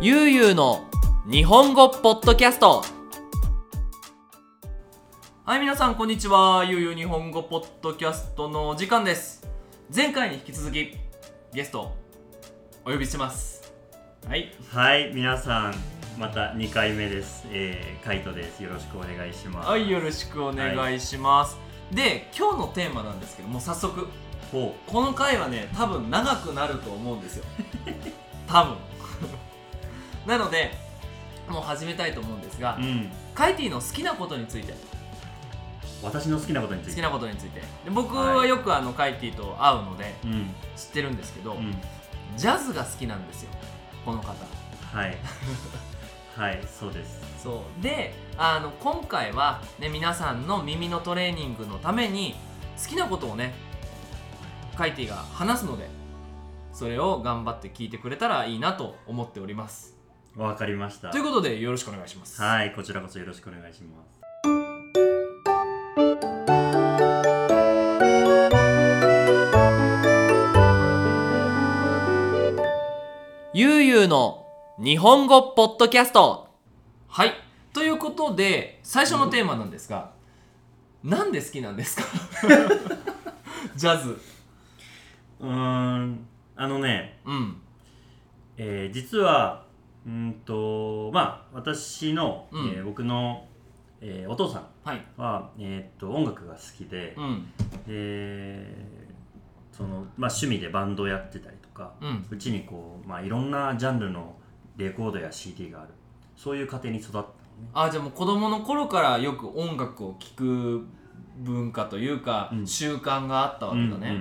ゆうゆうの日本語ポッドキャストはい皆さんこんにちはゆうゆう日本語ポッドキャストのお時間です前回に引き続きゲストをお呼びしてますはいはい、皆さん、また2回目です。えー、カイトです。よろしくお願いします。はいよろしくお願いします、で今日のテーマなんですけどもう早速ほこの回はね多分長くなると思うんですよ多分 なのでもう始めたいと思うんですがう。うん。カイティの好きなことについて私の好きなことにつ好いきて。なことについてで僕ははいよくあのカイティと会うのでうん。知ってるんですけど、うん。ジャズが好きなんですよこの方 はい。はい、そうです。そうであの今回は、ね、皆さんの耳のトレーニングのために好きなことをねカイティが話すのでそれを頑張って聞いてくれたらいいなと思っておりますわかりましたとい。うことでよろしくお願いしますはい、こちらこそよろしくお願いします。ゆうゆうの日本語ポッドキャストはいということで最初のテーマなんですが、なんで好きなん ですかジャズうーん、あのね、うんえー、実は、うーんと、まあ、私の、うんえー僕の、えー、お父さはいんは、えーっと、音楽が好きで、うんでその、まあ、趣味でバンドやってたりとかうんうちにこう、まあ、いろんなジャンルのレコードや CD があるそういう家庭に育ったのねあじゃあもう子供の頃からよく音楽を聴く文化というか、うん習慣があったわけだねうんうんうんう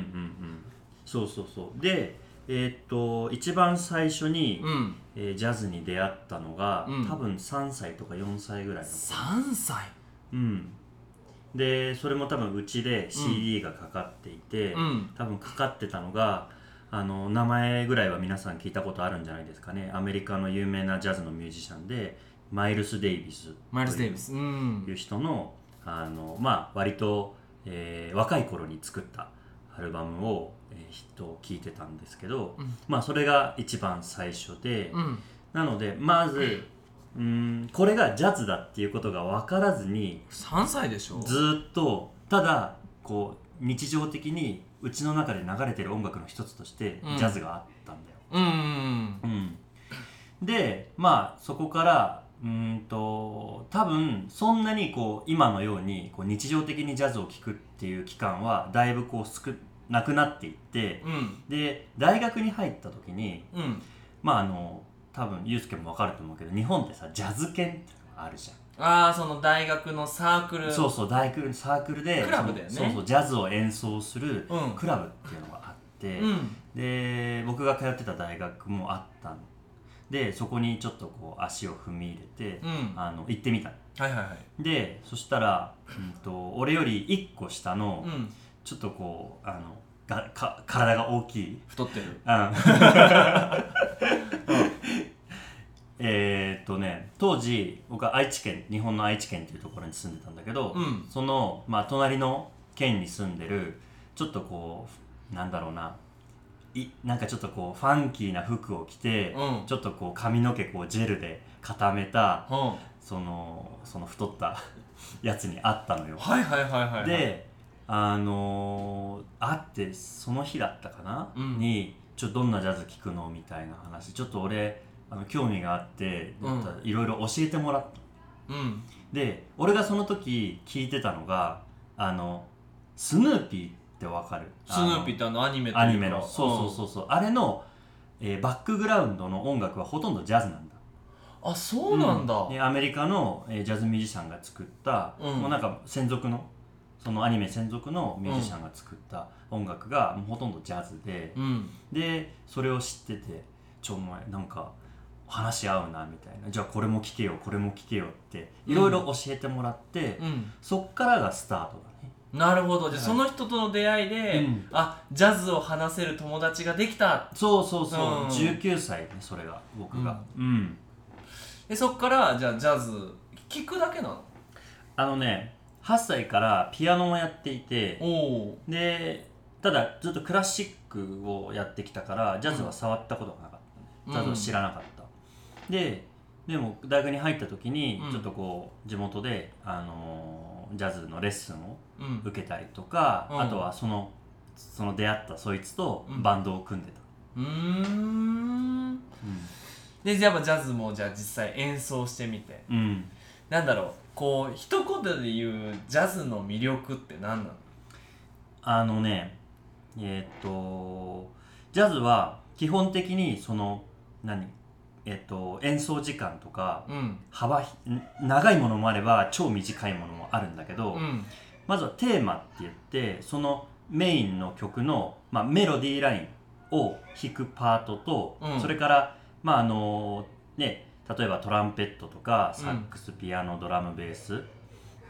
んそうそうそうでえーっと一番最初に、うん、えージャズに出会ったのが、うん多分3歳とか4歳ぐらいの3歳うんでそれも多分うちで CD がかかっていて、うん多分かかってたのがあの名前ぐらいは皆さん聞いたことあるんじゃないですかねアメリカの有名なジャズのミュージシャンでマイルス・デイビスマイルス・デイビススうというん人のあの、まあ、割と、えー若い頃に作ったアルバムを、えー、ヒットを聞いてたんですけど、うんまあ、それが一番最初で、うんなのでまずうんこれがジャズだっていうことが分からずに3歳でしょずーっとただこう日常的にうちの中で流れてる音楽の一つとしてうんジャズがあったんだよ、うんうんうんでまあそこからうーんと多分そんなにこう今のようにこう日常的にジャズを聴くっていう期間はだいぶこう少なくなっていってうんで大学に入った時にうんうんまああの多分ユうスケも分かると思うけど日本ってさジャズ研ってのがあるじゃんああその大学のサークルそうそう大学サークルでクラブだよねそのそうそうジャズを演奏するうんクラブっていうのがあって、うんで僕が通ってた大学もあったのでそこにちょっとこう足を踏み入れて、うんはあの行ってみたのいはいはいでそしたら、うん、と俺より1個下の、うんちょっとこうあのがか体が大きい、太ってるうんえーっとね当時僕は愛知県日本の愛知県っていうところに住んでたんだけど、うんその、まあ、隣の県に住んでるちょっとこうなんだろうないなんかちょっとこうファンキーな服を着て、うんちょっとこう髪の毛こうジェルで固めたうんはそのその太ったやつに会ったのよ。いはいはいはいはいであのー会ってその日だったかな、うんにちょどんなジャズ聴くのみたいな話ちょっと俺あの興味があってうんいろいろ教えてもらったうんで俺がその時聞いてたのがあのスヌーピーってわかるスヌーピーってあのアニメあというかのアニメのそうそうそうそう、あれの、えーバックグラウンドの音楽はほとんどジャズなんだうんあそうなんだ、でアメリカの、えージャズミュージシャンが作った、うんもうなんか専属のそのアニメ専属のミュージシャンが作った音楽がもうほとんどジャズで、うんでそれを知ってて「ちょお前なんか話し合うな」みたいな「じゃあこれも聞けよこれも聞けよ」っていろいろ教えてもらって、うんそっからがスタートなるほどじゃあはいその人との出会いで、うんあジャズを話せる友達ができただそうそうそう、うん19歳ねそれが僕が、うんでそっからじゃあジャズ聞くだけなのあのね8歳からピアノもやっていて、おおでただずっとクラシックをやってきたからジャズは触ったことがなかった、うんジャズを知らなかった、ででも大学に入った時にうんちょっとこう地元で、あのージャズのレッスンをうん受けたりとか、うんあとはそのその出会ったそいつとうんバンドを組んでた、うーんでやっぱジャズもじゃあ実際演奏してみてうんなんだろうこう一言で言うジャズの魅力って何なのあのねえーっとジャズは基本的にその何えーっと演奏時間とかうん幅ひん長いものもあれば超短いものもあるんだけど、うんまずはテーマって言ってそのメインの曲の、まあ、メロディーラインを弾くパートと、うんそれから、まああのね、例えばトランペットとかうんサックス、ピアノドラムベース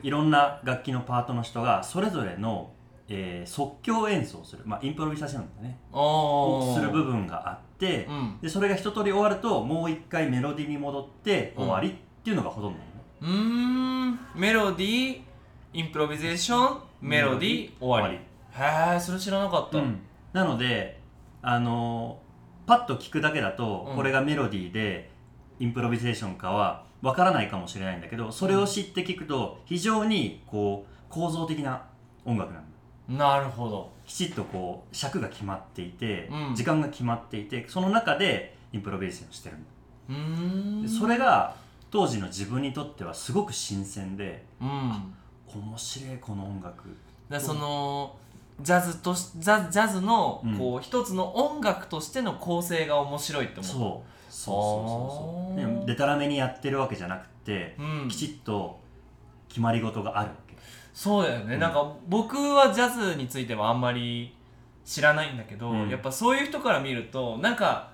いろんな楽器のパートの人がそれぞれの、えー即興演奏する、まあ、インプロビサションだねおをーする部分があって、うんでそれが一通り終わるともう一回メロディーに戻って終わりっていうのがほとんどなのね。うーんメロディーインプロビゼーションメロディー終わりへえそれ知らなかった、うんなのであのーパッと聞くだけだと、うんこれがメロディーでインプロビゼーションかはわからないかもしれないんだけどそれを知って聞くと非常にこう構造的な音楽なんだなるほどきちっとこう尺が決まっていて、うん時間が決まっていてその中でインプロビゼーションしてるんだうーでんそれが当時の自分にとってはすごく新鮮でうん面白いこの音楽だからそのジャズとしジャジャズのうんこう、一つの音楽としての構成が面白いって思うそうそうそうそうあそうーででたらめにやってるわけじゃなくてう、んき、ちっと決まり事があるわけ、そうだよね、うんなんか僕はジャズについてはあんまり知らないんだけど、うんやっぱそういう人から見るとなんか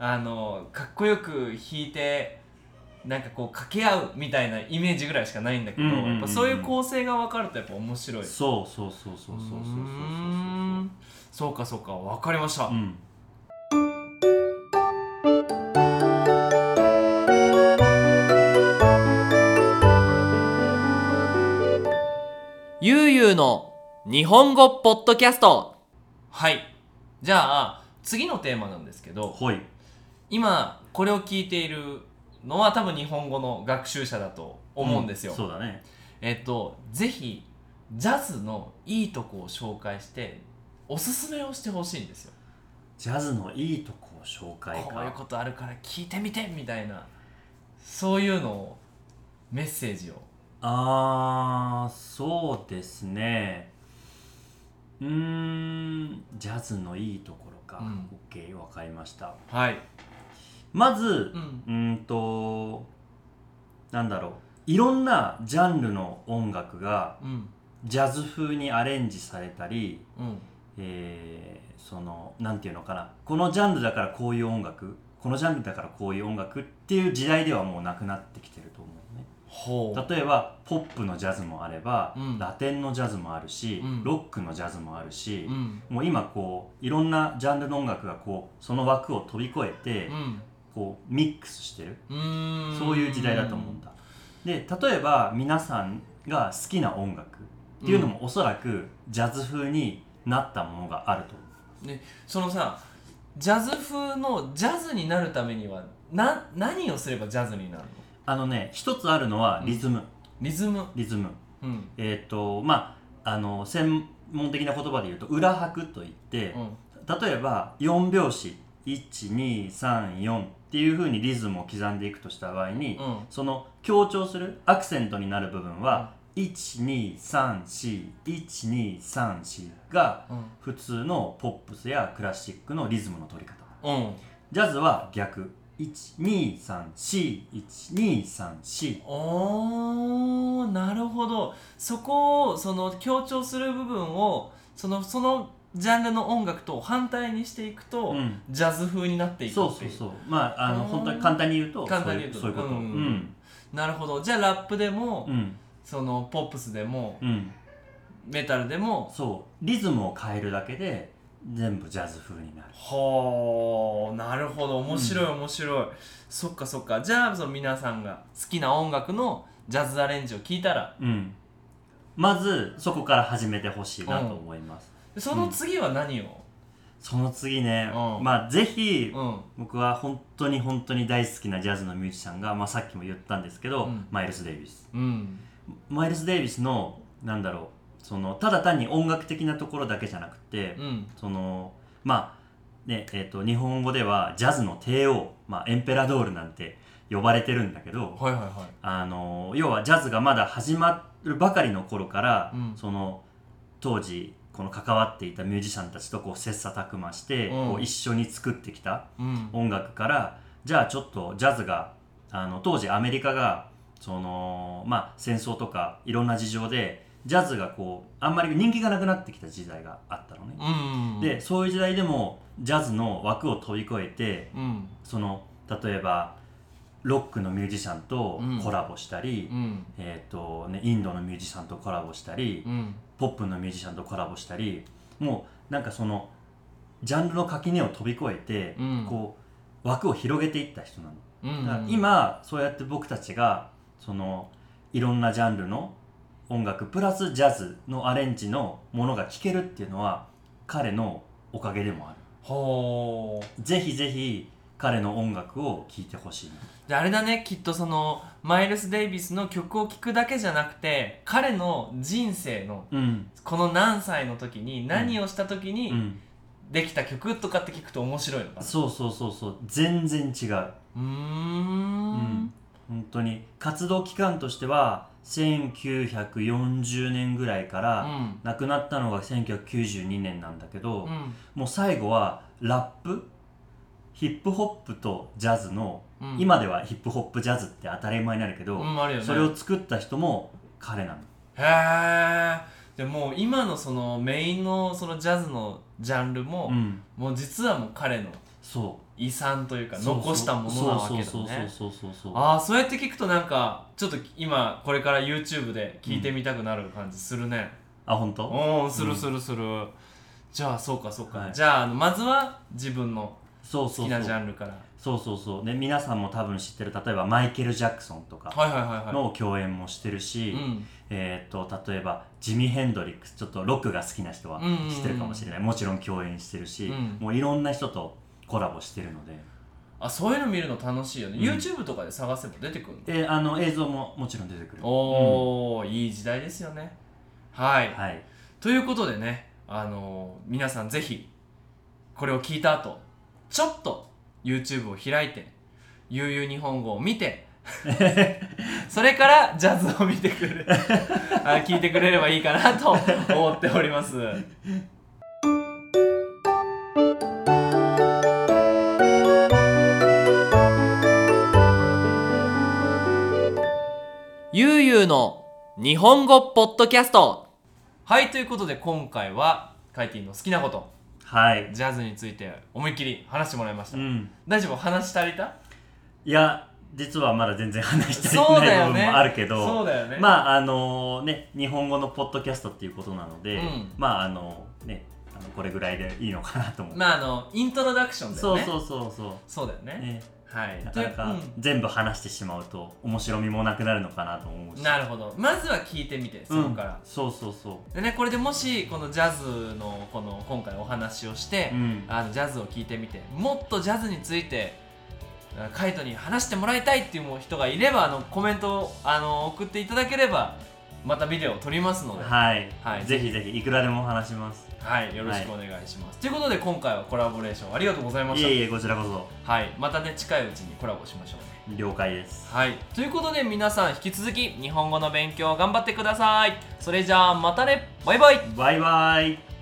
あのかっこよく弾いてなんかこう掛け合うみたいなイメージぐらいしかないんだけど、うんうんうんうんやっぱそういう構成が分かるとやっぱ面白いそうそうそうそうそうそうそうそうそーうんそうかそうか分かりました、うんゆうゆうの日本語ポッドキャストはいじゃあ次のテーマなんですけどほい今これを聞いているのは多分日本語の学習者だと思うんですよ、そうだねえっとぜひジャズのいいとこを紹介しておすすめをしてほしいんですよ、ジャズのいいとこを紹介こういうかことあるから聞いてみてみたいなそういうのをメッセージをあーそうですねうーんジャズのいいところか、うん OK わかりましたはい、まずう、ん、うーんとなんだろういろんなジャンルの音楽がうんジャズ風にアレンジされたり、うんえーそのなんていうのかなこのジャンルだからこういう音楽このジャンルだからこういう音楽っていう時代ではもうなくなってきてると思うねほう例えばポップのジャズもあれば、うんラテンのジャズもあるし、うんロックのジャズもあるしう、んもう今こういろんなジャンルの音楽がこうその枠を飛び越えて、うんこうミックスしてるうーんそういう時代だと思うんだ。で例えば皆さんが好きな音楽っていうのもおそらくジャズ風になったものがあると思う。そのさジャズ風のジャズになるためにはな何をすればジャズになるのあのね一つあるのはリズム、リズムリズム。うんえっ、とまああの専門的な言葉で言うと裏拍といって、うん例えば4拍子1234っていう風にリズムを刻んでいくとした場合に、うんその強調するアクセントになる部分は、12341234がうん普通のポップスやクラシックのリズムの取り方うんジャズは逆12341234おーなるほどそこをその強調する部分をそのそのジャンルの音楽と反対にしていくと、うんジャズ風になっていくっていそうそうそうまああのあー本当に簡単に言うと簡単に言うとそういうそういうことううんんなるほどじゃあラップでも、うんそのポップスでも、うんメタルでもそうリズムを変えるだけで全部ジャズ風になるはあなるほど面白い面白い、そっかそっかじゃあその皆さんが好きな音楽のジャズアレンジを聞いたらうんまずそこから始めてほしいなと思います、その次は何をその次ね、うんまあぜひうん僕は本当に本当に大好きなジャズのミュージシャンが、まあ、さっきも言ったんですけど、うんマイルス・デイビスうんマイルス・デイビスのなんだろうそのただ単に音楽的なところだけじゃなくて、うんそのまあねえー、と日本語ではジャズの帝王、まあ、エンペラドールなんて呼ばれてるんだけど、はいはいはあの要はジャズがまだ始まるばかりの頃から、うんその当時この関わっていたミュージシャンたちとこう切磋琢磨して、うんこう一緒に作ってきたいうん音楽からじゃあちょっとジャズがあの当時アメリカがその、まあ、戦争とかいろんな事情でジャズがこうあんまり人気がなくなってきた時代があったのね。うんでそういう時代でもジャズの枠を飛び越えてうんその例えばロックのミュージシャンとうんコラボしたり、うんえーとね、インドのミュージシャンとコラボしたり、うんポップのミュージシャンとコラボしたりもうなんかそのジャンルの垣根を飛び越えて、うんこう枠を広げていった人なの、うんだから今そうやって僕たちがそのいろんなジャンルの音楽プラスジャズのアレンジのものが聴けるっていうのは彼のおかげでもあるほうぜひぜひ彼の音楽を聴いてほしいなであれだねきっとそのマイルス・デイビスの曲を聴くだけじゃなくて彼の人生のうんこの何歳の時に何をした時うにんできた曲とかって聞くと面白いのかなそうそうそうそう全然違ううーん本当に活動期間としては1940年ぐらいかうら、ん亡くなったのが1992年なんだけど、うんもう最後はラップヒップホップとジャズの、うん今ではヒップホップジャズって当たり前になるけど、うんあるよねそれを作った人も彼なのへえでもう今のそのメインのそのジャズのジャンルも、うんもう実はもう彼のそ遺産といううか残したものなわけだそうそうねそうそうそうそうああそうやって聞くとなんかちょっと今これから YouTube で聞いてみたくなる感じするねあ本当うんするするする、じゃあそうかそうか、はいじゃああのまずは自分のそう好そうきそなうジャンルからそうそうそうね皆さんも多分知ってる例えばマイケル・ジャクソンとかはいはいはいはの共演もしてるし、いうんえー、と例えばジミ・ヘンドリックスちょっとロックが好きな人はうんうんうん知ってるかもしれない、もちろん共演してるし、うんもういろんな人とコラボしてるので、あそういうの見るの楽しいよね、うん YouTube とかで探せば出てくるのえーあの映像ももちろん出てくるおー、いい時代ですよねはい、うんはいということでねあのー皆さんぜひこれを聞いた後ちょっと YouTube を開いて悠々日本語を見てそれからジャズを見てくれるあ聞いてくれればいいかなと思っておりますゆうゆうの日本語ポッドキャストはいということで今回はカイティの好きなことはい、ジャズについて思いっきり話してもらいました、うん、大丈夫話足りたいや実はまだ全然話したりそうだないよ部ね分もあるけどそうだよねまああのね日本語のポッドキャストっていうことなので、うんまああのねあのこれぐらいでいいのかなと思って、まああのイントロダクションだよそうねそうそうそそうだよねう、ね、はいなかなか全部話してしまうと面白みもなくなるのかなと思ううしんなるほどまずは聞いてみてそこからうん、、そうそうそでねこれでもしこのジャズのこの今回お話をしてう、、うん、あのジャズを聞いてみてもっとジャズについてあカイトに話してもらいたいっていう人がいればあのコメントをあの送っていただければまたビデオを撮りますので、ははい、はいぜひぜひいくらでも話しますい、よろしくお願いします、ということで今回はコラボレーションありがとうございましいたえいえこちらこそはい、またね近いうちにコラボしましょうね了解ですはい、ということで皆さん引き続き日本語の勉強頑張ってくださいそれじゃあまたねバイバイバイバイ